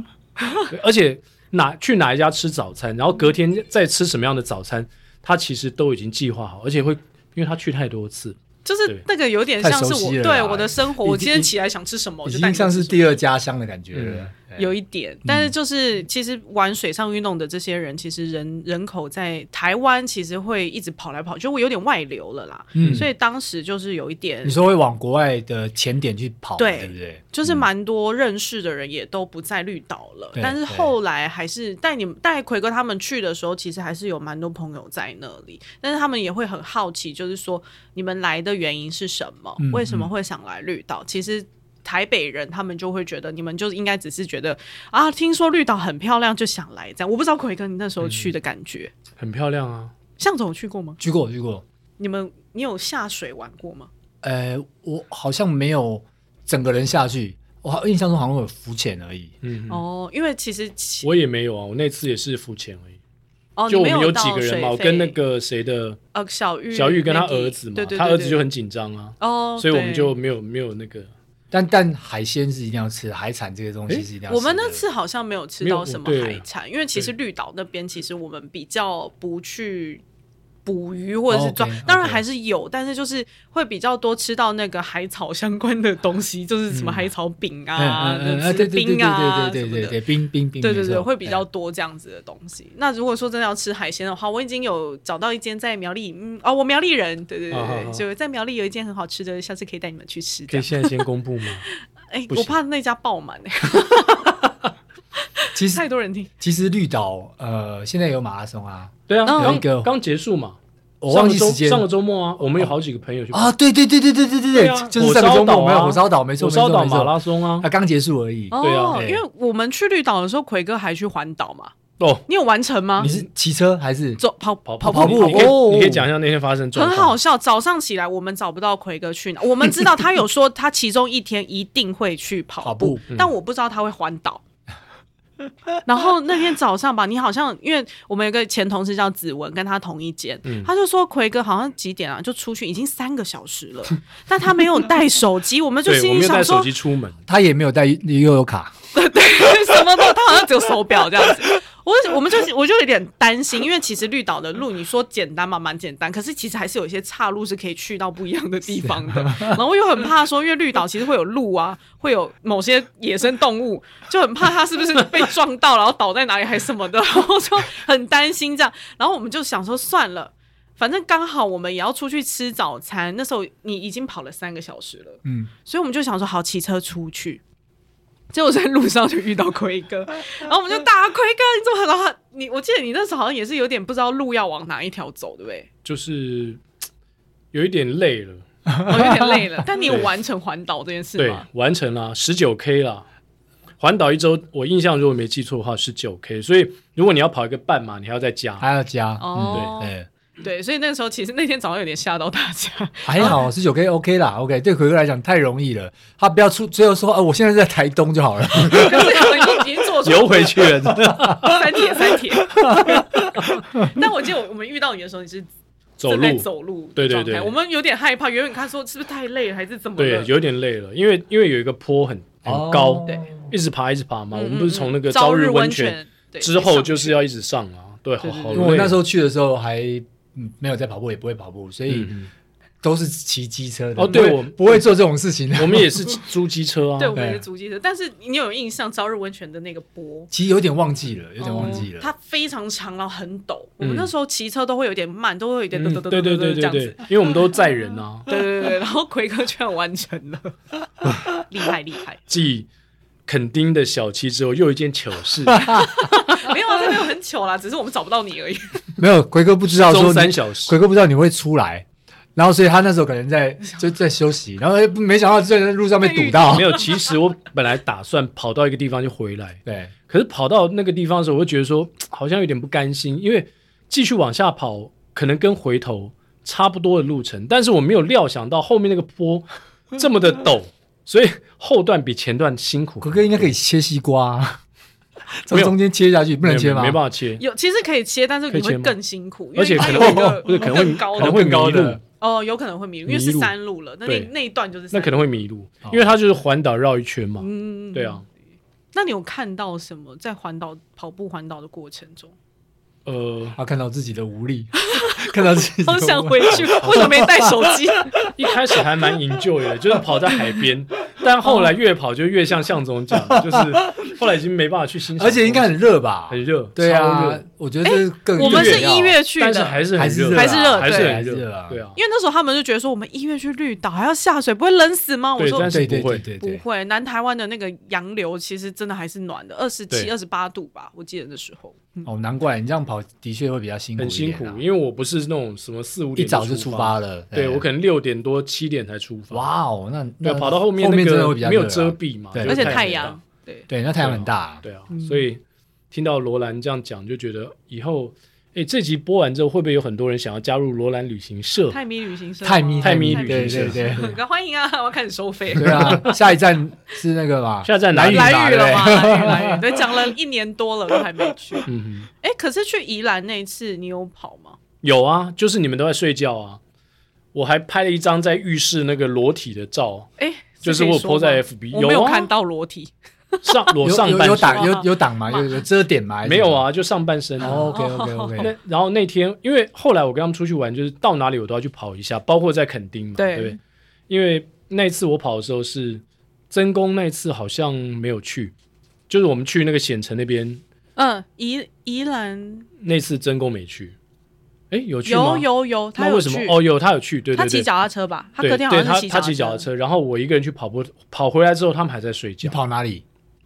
对而且哪去哪一家吃早餐，然后隔天再吃什么样的早餐，他其实都已经计划好，而且会因为他去太多次，就是对那个有点太像是熟我悉了对啦我的生活，已我经今天已起来想吃什么，我已就带经你像去是吃嗯第二家乡的感觉了。对有一点，但是就是其实玩水上运动的这些人，其实人人口在台湾其实会一直跑来跑去，就我有点外流了啦。嗯所以当时就是有一点你，说会往国外的前点去跑嘛，对对不对？就是蛮多认识的人也都不在绿岛了。对但是后来还是带你带奎哥他们去的时候，其实还是有蛮多朋友在那里，但是他们也会很好奇，就是说你们来的原因是什么？嗯为什么会想来绿岛？其实。台北人他们就会觉得你们就应该只是觉得啊，听说绿岛很漂亮就想来这样。我不知道奎哥你那时候去的感觉，很漂亮啊。向总有去过吗？去过去过，你们你有下水玩过吗？呃，我好像没有整个人下去，我印象中好像有浮潜而已。嗯，哦，因为其实其我也没有啊，我那次也是付钱而已。哦，就我你们没有到几个人嘛，水我跟那费个谁的呃小玉小玉跟他 Maggie 儿子嘛，对对对他儿子对就很紧张啊，哦，所以我们对就没有没有那个但但海鲜是一定要吃，海产这个东西是一定要吃的。我们那次好像没有吃没有到什么对海产，因为其实绿岛那边其实我们比较不去。捕鱼哦或者是抓 OK，OK 当然还是有，但是就是会比较多吃到那个海草相关的东西，就是什么海草饼嗯啊、嗯嗯那嗯，对对对吃对冰啊对对什么对的对，冰冰冰，对对没对，错会比较哎多这样子的东西。那如果说真的要吃海鲜的话，我已经有找到一间在苗栗，嗯，哦，我苗栗人，对对对啊好对，好就在苗栗有一间很好吃的，下次可以带你们去吃。这可以样现在先公布吗？哎，不我行怕那家 [laughs] 爆满，哎其实太多人听。其实绿岛呃现在有马拉松啊，对啊，嗯有一个刚刚结束嘛，我忘记哦上个周时间上个周末啊，我们有好几个朋友去啊，对对对对对对对对啊对，就是上个周火烧岛末啊没有火烧岛，没错火没烧错哎岛没马错，拉松啊它，刚结束而 [laughs] 已。对啊哦，对因为我们去绿岛的时候，奎哥还去环岛嘛，哦，你有完成吗你？是骑车还是走跑跑跑跑步你可以哦你可以讲一下那天发生状很况，好笑。早上起来，我们找不到奎哥去哪，我们知道他有说他其中一天一定会去跑跑步步，嗯但我不知道他会环岛。然后那天早上吧，你好像因为我们有个前同事叫子文，跟他同一间，嗯他就说奎哥好像几点啊就出去，已经三个小时了，但他没有带手机，我们就对，我心没里有带想手说机出门，他也没有带悠悠卡， [laughs] 什么都，他好像只有手表这样子。我我们就是我就有点担心，因为其实绿岛的路你说简单嘛，蛮简单，可是其实还是有一些岔路是可以去到不一样的地方的。然后我又很怕说，因为绿岛其实会有鹿啊，会有某些野生动物，就很怕它是不是被撞到，然后倒在哪里还是什么的， [laughs] 然后就很担心这样。然后我们就想说，算了。反正刚好我们也要出去吃早餐，那时候你已经跑了三个小时了，嗯，所以我们就想说，好，骑车出去。结果在路上就遇到奎 [laughs] 哥，然后我们就打奎哥，你怎么然后他你我记得你那时候好像也是有点不知道路要往哪一条走，对不对？就是嘖有一点累了，我、有点累 [laughs] 了。但你有对完成环岛这件事对吗？，完成了十九 K 了。环岛一周，我印象如果没记错的话是九 K，所以如果你要跑一个半马，你还要再加。还要加哦嗯对，对，所以那个时候其实那天早上有点吓到 [laughs] 大家。还好十九 K OK 啦，OK 对奎哥来讲太容易了，他不要出最后说啊，我现在在台东就好了，可是我已经已经做出游回去了，真的三铁三 [laughs] 铁。但我记得我我们遇到你的时候，你是走正在路走路对对状态对我们有点害怕。原本他说是不是太累了，还是怎么了对，有点累了，因为因为有一个坡很很高，哦对一直爬一直爬嘛。嗯我们不是从那个朝日温温泉，对之后就是要一直上啊，对，好对对好因为我累。那时候去的时候还嗯没有在跑步，也不会跑步，所以嗯，都是骑机车的。哦对不会我不会做这种事情的。我们也是租机车啊，对，我们对的足迹的。但是你有印象朝日温泉的那个波？其实有点忘记了，有哦点忘记了。它非常长，然后很陡。我嗯们那时候骑车都会有点慢，都会有一点嗯噔噔噔对噔对噔对这对样对子。，因为我们都载人啊，对对对对，然后奎哥居然完成了， [laughs] 厉害厉害！继垦丁的小七之后，又一件糗事，没有啊，这没有很糗啦，只是我们找不到你而已。没有，奎哥不知道说中三你，小时，奎哥不知道你会出来，然后所以他那时候可能在就在休息，然后哎没想到在路上被堵到没。有。其实我本来打算跑到一个地方就回来，对，可是跑到那个地方的时候，我会觉得说好像有点不甘心，因为继续往下跑，可能跟回头差不多的路程，但是我没有料想到后面那个坡这么的陡，所以后段比前段辛苦。奎哥应该可以切西瓜 [laughs] 啊，从没有中间切下去，不没能有切吗？没办法切，有，其实可以切，但是可以你切会吗更辛苦，因而为且它可有能一个不是可能会更高可的能会更高迷路的，哦，有可能会迷路，因为是山路了。那那对那一段就是山那路可能会迷路哦，因为它就是环岛绕一圈嘛。嗯对啊，。那你有看到什么在环岛跑步环岛的过程中，呃，啊他看到自己的无力， [laughs] 看到自 [laughs] 己的好想无力回去，为什么没带手机？一开始还蛮 enjoy 的，就是跑在海 [laughs] 边，但后来越跑就越像向总讲的，就是后来已经没办法去欣赏，而且应该很热吧？很热，对超啊热，，我觉得这是更我们是重要一月去但是的。还是很热，还是热还是对很还是热热啊，对啊，因为那时候他们就觉得说，我们一月去绿岛还要下水，不会冷死吗？我对，说但是对不会，对对对不对，会，南台湾的那个洋流其实真的还是暖的，二十对七、嗯二十八度吧，我记得那时候。嗯哦，难怪你这样跑的确会比较辛苦一很辛点啊，苦，因为我不是那种什么四五一点早就出出发，了。对我可能六点多七点才出发，，哇哦，那对那啊，跑到后面后那面真个的会比较没有热啊遮蔽嘛，对就而且太太阳阳大，对，对，那太阳很大，对啊嗯，所以听到罗兰这样讲，就觉得以后，哎，这集播完之后，会不会有很多人想要加入罗兰旅行社？泰米旅行社吗，泰米太迷太旅对行对社对很高欢迎啊，我要开始收费。 [laughs] 对啊，下一站是那个嘛，下一站蓝蓝屿吧 [laughs] 来雨了 [laughs] 吗？对不对来雨来雨，对，讲了一年多了都还没去。嗯哼，哎、可是去宜兰那一次你有跑吗？有啊，就是你们都在睡觉啊，我还拍了一张在浴室那个裸体的照，哎、就是我有 po 在 FB，我没有啊看到裸体，上裸有上有半有身，挡有有挡吗？有有遮点吗？还是哦没有啊，就上半身啊。 [laughs] ？OK OK [laughs] OK，那然后那天，因为后来我跟他们出去玩，就是到哪里我都要去跑一下，包括在垦丁嘛，对对不对？因为那一次我跑的时候是真宫，那一次好像没有去，就是我们去那个县城那边，嗯，宜宜兰那次真宫没去，哎，有去吗？有有有，他那有为什么去，？哦，有他有去，对他对骑对，脚踏车吧？他对隔天好对像他是他骑脚踏，车，然后我一个人去跑步，跑回来之后他们还在睡你觉，跑哪里？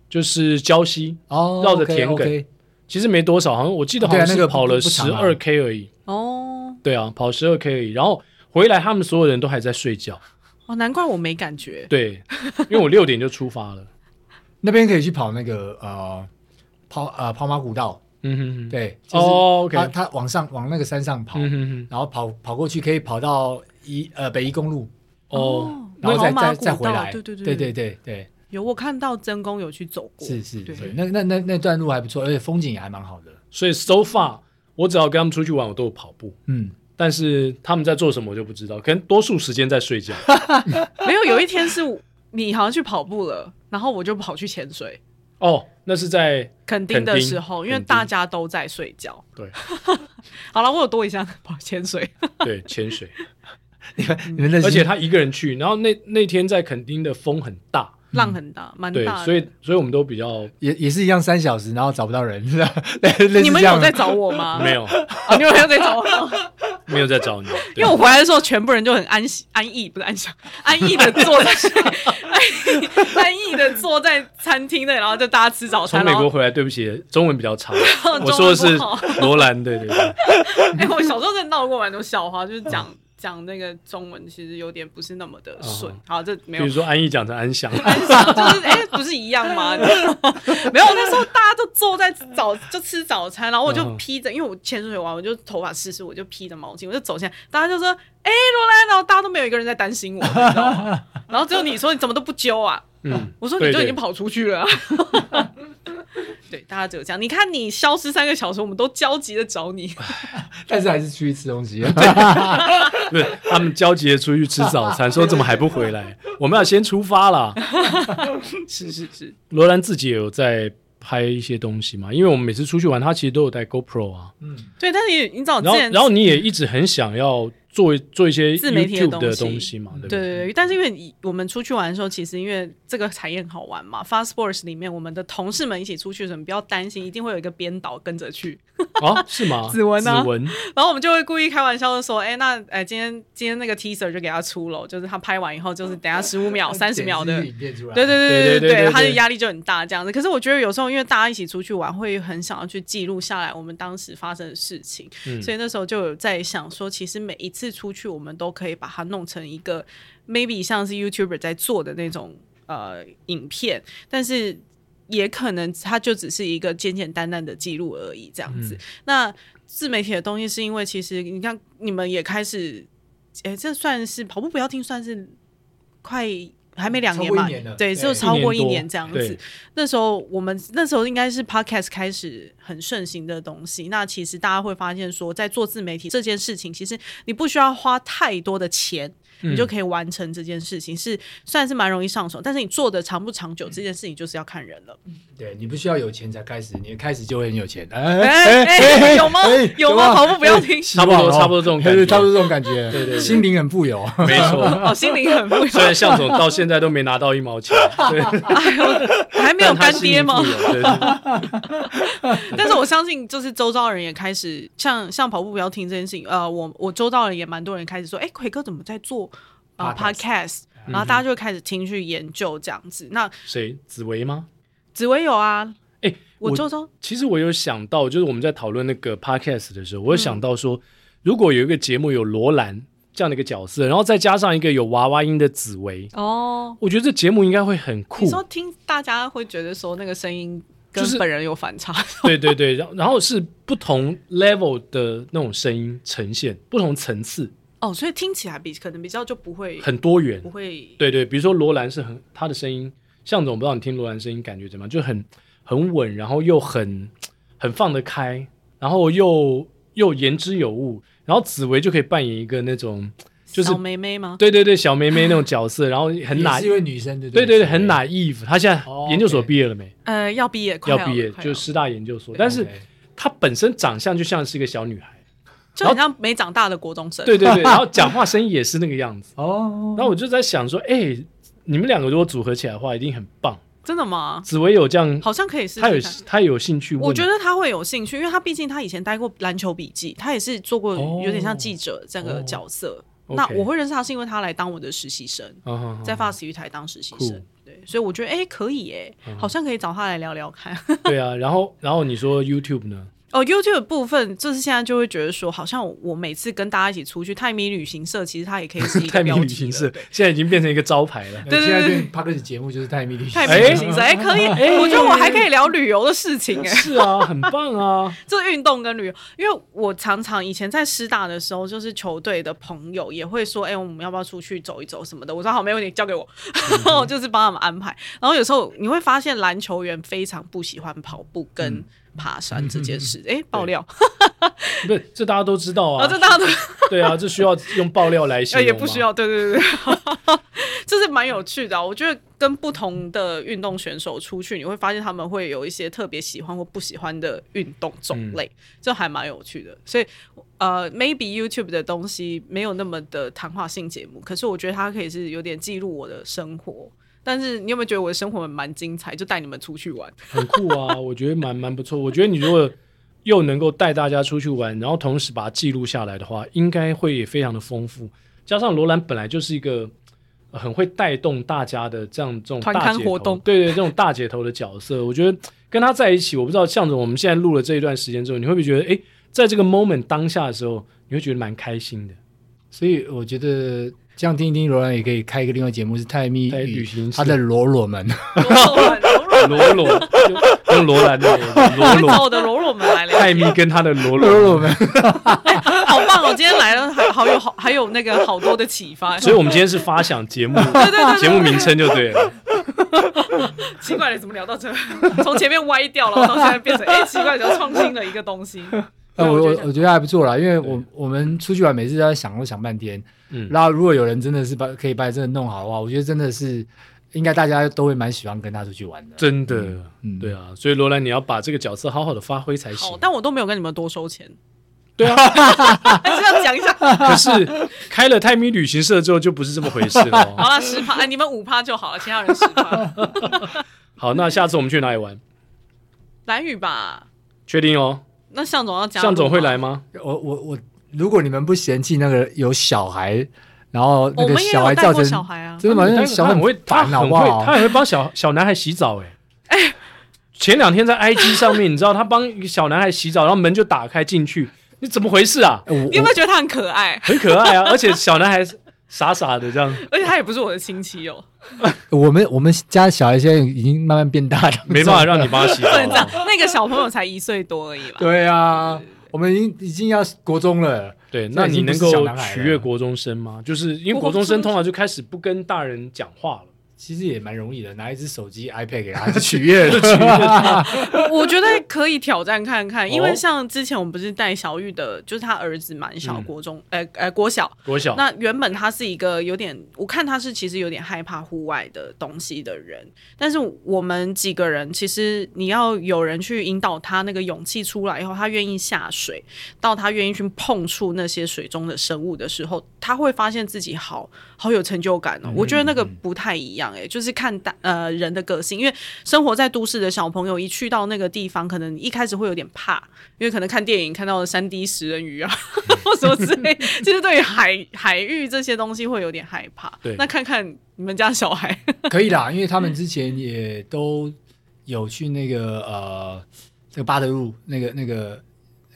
就是礁溪，哦，绕着田埂 OK，OK 其实没多少，好像我记得好像对啊是那个不跑了不十长啊二 K 而已，哦对啊，跑十二 K 而已，然后回来他们所有人都还在睡觉。哦，难怪我没感觉。对，因为我六点就出发了。那边可以去跑那个呃跑呃跑马古道，嗯哼哼，对，就是哦，OK，他他往上往那个山上跑，嗯哼哼，然后跑跑过去可以跑到一呃北宜公路，哦，然后跑再马再古再回道来，对对对对对对对有我看到真宫有去走过，是是对是，那那那那段路还不错，而且风景也还蛮好的。所以 so far，我只要跟他们出去玩，我都有跑步，嗯，但是他们在做什么我就不知道，可能多数时间在睡觉。没有有一天是 [laughs] 你好像去跑步了，然后我就跑去潜水。哦，那是在肯定的垦丁时候，因为垦丁大家都在睡觉。对好了，我有多一项跑潜水，对潜水，嗯你们认识，而且他一个人去，然后那那天在垦丁的风很大，浪很大，蛮对大，的。所以所以我们都比较也也是一样三小时，然后找不到人， [laughs] 是吧？类似这样你们有在找我吗？ [laughs] 没有啊，你们有在找我吗？ [laughs] [laughs] 没有在找你，对因为我回来的时候，全部人就很安息、安逸，不是安详，安逸的 [laughs] 坐在安逸安逸的坐在餐厅内，然后就大家吃早从餐。美然国后，回来，对不起，中文比较差 [laughs] 中文，不我说的是好罗兰，对对对，哎、我小时候真的闹过蛮多笑话，就是讲讲那个中文，其实有点不是那么的顺嗯。好，这 [laughs] 比没有如说安逸讲成安详，就是哎、不是一样 [laughs] 吗？没有，那时候大家都坐在早就吃早餐，然后我就嗯披着，因为我潜水完，我就头发湿湿，我就披着毛巾，我就走下来，大家就说：“哎、罗兰，然后大家都没有一个人在担心我，你知道吗？然后只有你说你怎么都不揪啊？嗯，我说你就对已对经跑出去了、啊。 [laughs] 对，大家只有这样。你看你消失三个小时，我们都焦急的找 [laughs] 你。但是还是出去吃东西。嗯不是，他们焦急的出去吃早餐，说怎么还不回来？我们要先出发啦。是是是，罗兰自己也有在拍一些东西嘛，因为我们每次出去玩，他其实都有带 GoPro 啊，嗯，对，但你你早之然后前然后你也一直很想要做做一些自媒体的 YouTube 东的西东西嘛，对不对对对，但是因为你我们出去玩的时候，其实因为这个产业很好玩嘛，Fast Sports 里面我们的同事们一起出去的时候，你不要担心，一定会有一个编导跟着去。 [laughs] [laughs] 啊，是吗？指纹啊指 [laughs] 纹然后我们就会故意开玩笑的说，哎，那哎今天今天那个 teaser 就给他出了，就是他拍完以后，就是等下十五秒、三十秒的。影片出来，对对对对对对对对他的对压力就很大这样子。可是我觉得有时候因为大家一起出去玩，会很想要去记录下来我们当时发生的事情，嗯所以那时候就有在想说，其实每一次出去，我们都可以把它弄成一个 maybe 像是 YouTuber 在做的那种呃影片，但是。也可能它就只是一个简简单单的记录而已，这样子。那自媒体的东西，是因为其实你看，你们也开始，哎、这算是跑步不要听，算是快还没两超年过一嘛，年了对，对就超过一多年这样对子。那时候我们那时候应该是 podcast 开始很盛行的东西。那其实大家会发现说，在做自媒体这件事情，其实你不需要花太多的钱，你嗯就可以完成这件事情，是虽然是蛮容易上手，但是你做的长不长久，这件事情就是要看人 [laughs] 了。对你不需要有钱才开始，你开始就会很有钱，哎哎哎，有吗哎？有吗？跑步不要停。差不多差不多这种感觉哦对差不多这种感觉，对对心灵很富有，没错。哦，心灵很富虽然有，向总到现在都没拿到一毛 [laughs] 钱，对，还没有但他干心爹里吗富？有？对对 [laughs] 但是我相信，就是周遭人也开始像像跑步不要停这件事情。呃，我我周遭人也蛮多人开始说，哎、奎哥怎么在做啊、呃 Podcast podcast？然后大家就会开始听去研究这样子。那谁？紫薇吗？紫薇有啊，哎、我我周遭其实我有想到，就是我们在讨论那个 podcast 的时候，我有想到说，如果有一个节目有罗兰这样的一个角色，然后再加上一个有娃娃音的紫薇，哦，我觉得这节目应该会很酷你。说听大家会觉得说那个声音跟就是本人有反差， [laughs] 对对对，然后然后是不同 level 的那种声音呈现，不同层次， [laughs] 哦，所以听起来比可能比较就不会很多元不。会对对，比如说罗兰是很他的声音，向总不知道你听罗兰声音感觉怎么样，就很很稳，然后又很很放得开，然后又又言之有物，然后紫薇就可以扮演一个那种就是小妹妹吗？对对对小妹妹那种角色，然后很也哪是一位女生，对对对对对很 naive，她现在哦研究所 OK 毕业了没？呃，要毕业，快要了毕业快就了师大研究所，对但是 OK 她本身长相就像是一个小女孩，就很像没长大的国中生。对对对，然后讲话声音也是那个样子，哦，然后我就在想说，哎，你们两个如果组合起来的话，一定很棒。真的吗？紫薇有这样好像可以试试他有看他有兴趣问，我觉得他会有兴趣，因为他毕竟他以前待过篮球笔记，他也是做过哦有点像记者这个角色。 OK 那我会认识他是因为他来当我的实习生，啊哈哈在发体育台当实习生酷。嗯对，所以我觉得哎、可以哎、好像可以找他来聊聊看。 [laughs] 对啊，然后然后你说 YouTube 呢？哦，YouTube 的部分就是现在就会觉得说，好像我每次跟大家一起出去，泰米旅行社其实它也可以是一个泰米标旅题行了社。现在已经变成一个招牌了。对对现在对变 p o d c a 节目就是泰米旅行泰社，米旅行社，哎、可以，我觉得我还可以聊旅游的事情、 [laughs] 哎，是啊，很棒啊！就是运动跟旅游，因为我常常以前在师大的时候，就是球队的朋友也会说，哎、我们要不要出去走一走什么的？我说好，没问题，交给我， [laughs] 我就是帮他们安排。然后有时候你会发现，篮球员非常不喜欢跑步跟爬山这件事。哎、爆料，不是，这大家都知道啊然后。哦这大家都对啊，这需要用爆料来形呃容吗也不需。要，对对 [laughs] 对对，就是蛮有趣的啊、我觉得跟不同的运动选手出去，你会发现他们会有一些特别喜欢或不喜欢的运动种类，嗯这还蛮有趣的。所以呃，maybe YouTube 的东西没有那么的谈话性节目，可是我觉得它可以是有点记录我的生活。但是你有没有觉得我的生活蛮精彩？就带你们出去 [laughs] 玩，很酷啊，我觉得蛮蛮不错。我觉得你如果又能够带大家出去玩，然后同时把它记录下来的话，应该会也非常的丰富。加上罗兰本来就是一个呃很会带动大家的这样这种团大刊姐活头动对对，这种大姐头的角色，我觉得跟他在一起，我不知道向总，我们现在录了这一段时间之后，你会不会觉得，哎，在这个 moment 当下的时候，你会觉得蛮开心的？所以我觉得这样听一听，罗兰也可以开一个另外节目是泰米泰米与旅行社他的罗罗们，啊柔软罗罗就用罗兰的罗我 [laughs] 会找罗，我的柔柔们来聊艾米跟他的罗罗罗。罗们，好棒哦！今天来了，还好有好还有那个好多的启发，所以我们今天是发想节目， [laughs] 节目名称就对 [laughs] 了。 [laughs] 奇怪了，怎么聊到这？从前面歪掉了，然后到现在变 [laughs] 成哎、奇怪，就创新了一个东西。呃，我我我觉得我觉得还不错啦，因为我对我们出去玩，每次都要想都想半天。嗯然后如果有人真的是把可以把这个弄好的话，我觉得真的是应该大家都会蛮喜欢跟他出去玩的。真的，嗯对啊，所以罗兰，你要把这个角色好好的发挥才行好，。但我都没有跟你们多 [laughs] 收钱，对啊， [laughs] 还是要讲一下。可是开了泰米旅行社之后就不是这么回事了哦。[laughs] 好了，十趴，哎，你们五趴就好了，其他人十 [laughs] 趴。好，那下次我们去哪里玩？蓝宇吧，确定哦，那向总要讲，向总会来吗？我我我，如果你们不嫌弃那个有小孩，然后那我个们也小有孩带造过成小孩啊，真的吗？那嗯他个小孩很会，他烦，啊好很不会，好他？很会帮小小男孩洗澡、哎 [laughs] 前两天在 IG 上面，你知道他帮一个小男孩洗澡，然后门就打开进去，你怎么回事啊？哎我你有没有觉得他很可爱？很可爱啊，而且小男孩傻傻的这 [laughs] 样，而且他也不是我的亲戚哦，我我们我们家小孩现在已经慢慢变大了， [laughs] 没办法让你帮他 [laughs] 洗澡不能这样啊。。那个小朋友才一岁多而已吧？哦对啊，我们已经已经要国中 [laughs] 了，对，这那已你经不能是够小男孩取了悦国中生吗？就是因为国中生通常就开始不跟大人讲话了。其实也蛮容易的，拿一只手机 iPad 给他就取悦了。 [laughs] 我我觉得可以挑战看看，因为哦像之前我们不是带小玉的，就是他儿子蛮小，嗯国中，呃呃，国小， [laughs] 国小，那原本他是一个有点，我看他是其实有点害怕户外的东西的人，但是我们几个人其实你要有人去引导他那个勇气出来以后，他愿意下水，到他愿意去碰触那些水中的生物的时候，他会发现自己好好有成就感哦。嗯我觉得那个不太一样诶、欸就是看大呃人的个性，因为生活在都市的小朋友一去到那个地方，可能一开始会有点怕，因为可能看电影看到三 D 食人鱼啊， [laughs] 或什么之 [laughs] 类，其实对于海海域这些东西会有点害怕。对那看看你们家小孩，可以啦，因为他们之前也都有去那个呃，这个巴德路那个那个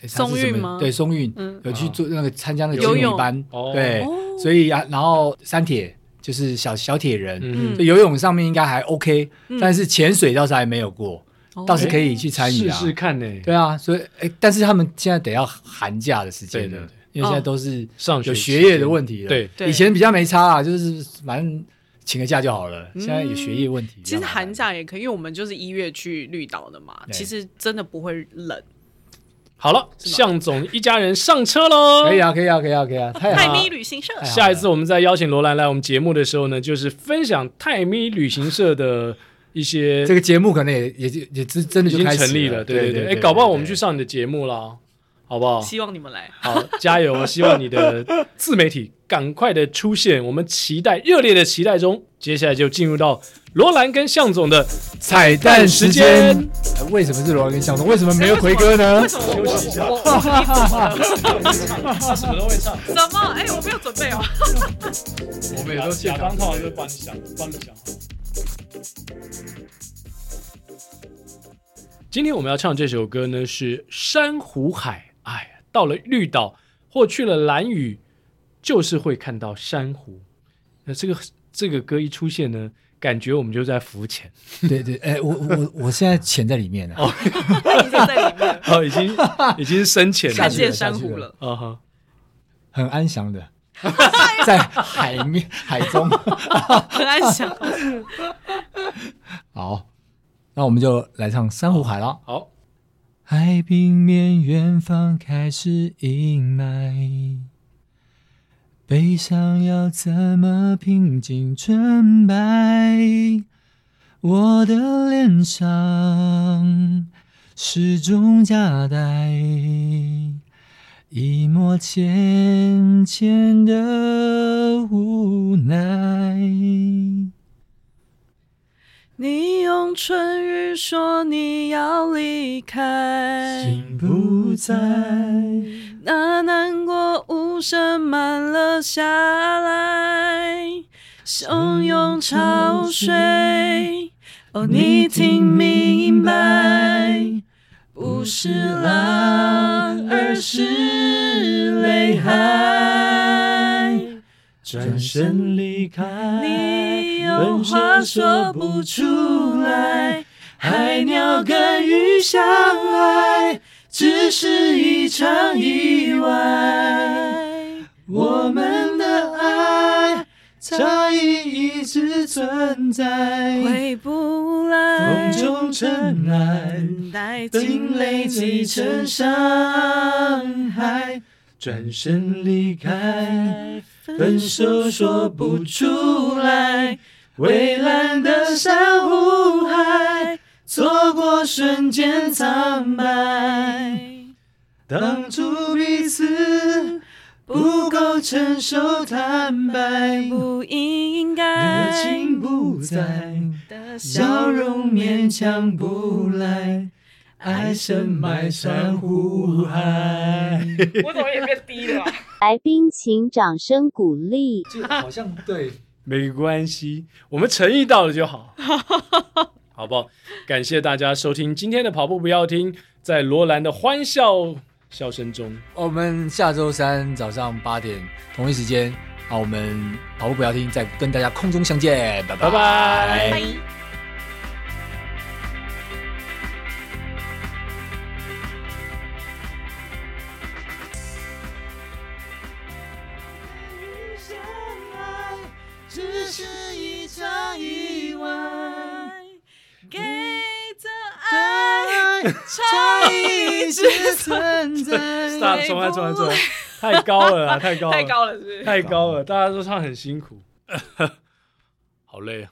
诶它是松什么运吗对，松运、嗯有去做那个参加那个游游泳泳班，哦对，所以啊，然后三铁就是小小铁人，嗯所以游泳上面应该还 OK，、但嗯是潜水倒是还没有过，哦倒是可以去参与试啊。试看呢、对啊，所以哎，但是他们现在得要寒假的时间了，对对对因为现在都是上学有期间学业的问题了。对哦对以前比较没差啊，就是反正请个假就好了。嗯现在有学业问题，其比实较麻寒烦假也可以，因为我们就是一月去绿岛的嘛，对其实真的不会冷。好了，吗向总一家人上车喽。可以啊，可啊以啊，可以啊，可以啊，太泰好了咪旅行社，太好了下一次我们再邀请罗兰来我们节目的时候呢，就是分享泰咪旅行社的一些这个节目可能也也也也真真的已就经开始成立了，对对对哎，搞不好我们去上你的节目啦，好不好？希望你们来。好，加油！希望你的自媒体赶快的出现，我们期待热烈的期待中。接下来就进入到罗兰跟向总 [laughs] 的彩蛋时间。哎为什么是罗兰跟向东？为什么没有奎哥呢哎为？什么 [laughs] 我我我我什么都会唱，怎么？哎，我没有准备哦。我们有时候现场套就帮你想，帮你想好。今天我们要唱这首歌呢，是《珊瑚海》。哎呀，到了绿岛或去了蓝屿，就是会看到珊瑚。那这个这个歌一出现呢，感觉我们就在浮潜。对对，哎，我我我现在潜在里面啊呢。他已经在里面 [laughs] 哦，已经已经深潜了。看见珊瑚了。啊哈，很安详的，在海面海中。很安详。好，那我们就来唱《珊瑚海》了。好，海平面远方开始阴霾，悲伤要怎么平静纯白？我的脸上始终夹带一抹浅浅的无奈。 [laughs] 你用唇语说你要离开，心不在，那难过无声慢了下来，汹涌潮水，哦，你听明白。不是浪，而是泪海。转身离开你有话说不出来，海鸟跟鱼相爱，只是一场意外。我们的爱差异一直存在，回不来，风中尘埃，带冰进泪累积积成成伤伤害。害。转身离开，分手说不出来，蔚蓝的珊瑚海，错过瞬间苍白。当初彼此不够成熟坦白，热不应该情不在，的笑容勉强不来，爱深埋珊瑚海。我怎么也变低了、啊？来宾请掌声鼓励。就好像对，没关系，我们诚意到了就 [laughs] 好，好不好？感谢大家收听今天的跑步不要停，在罗兰的欢笑笑声中，我们下周三早上八点同一时间，啊，我们跑步不要听，再跟大家空中相见，拜拜拜。拜相爱只是一场意外，给的爱，它一直存在。 Stop，重来，重来，重来，太高 [laughs] 了啦，太高了，太高了是不 [laughs] 是？太高了，大家都唱很辛苦，好累啊。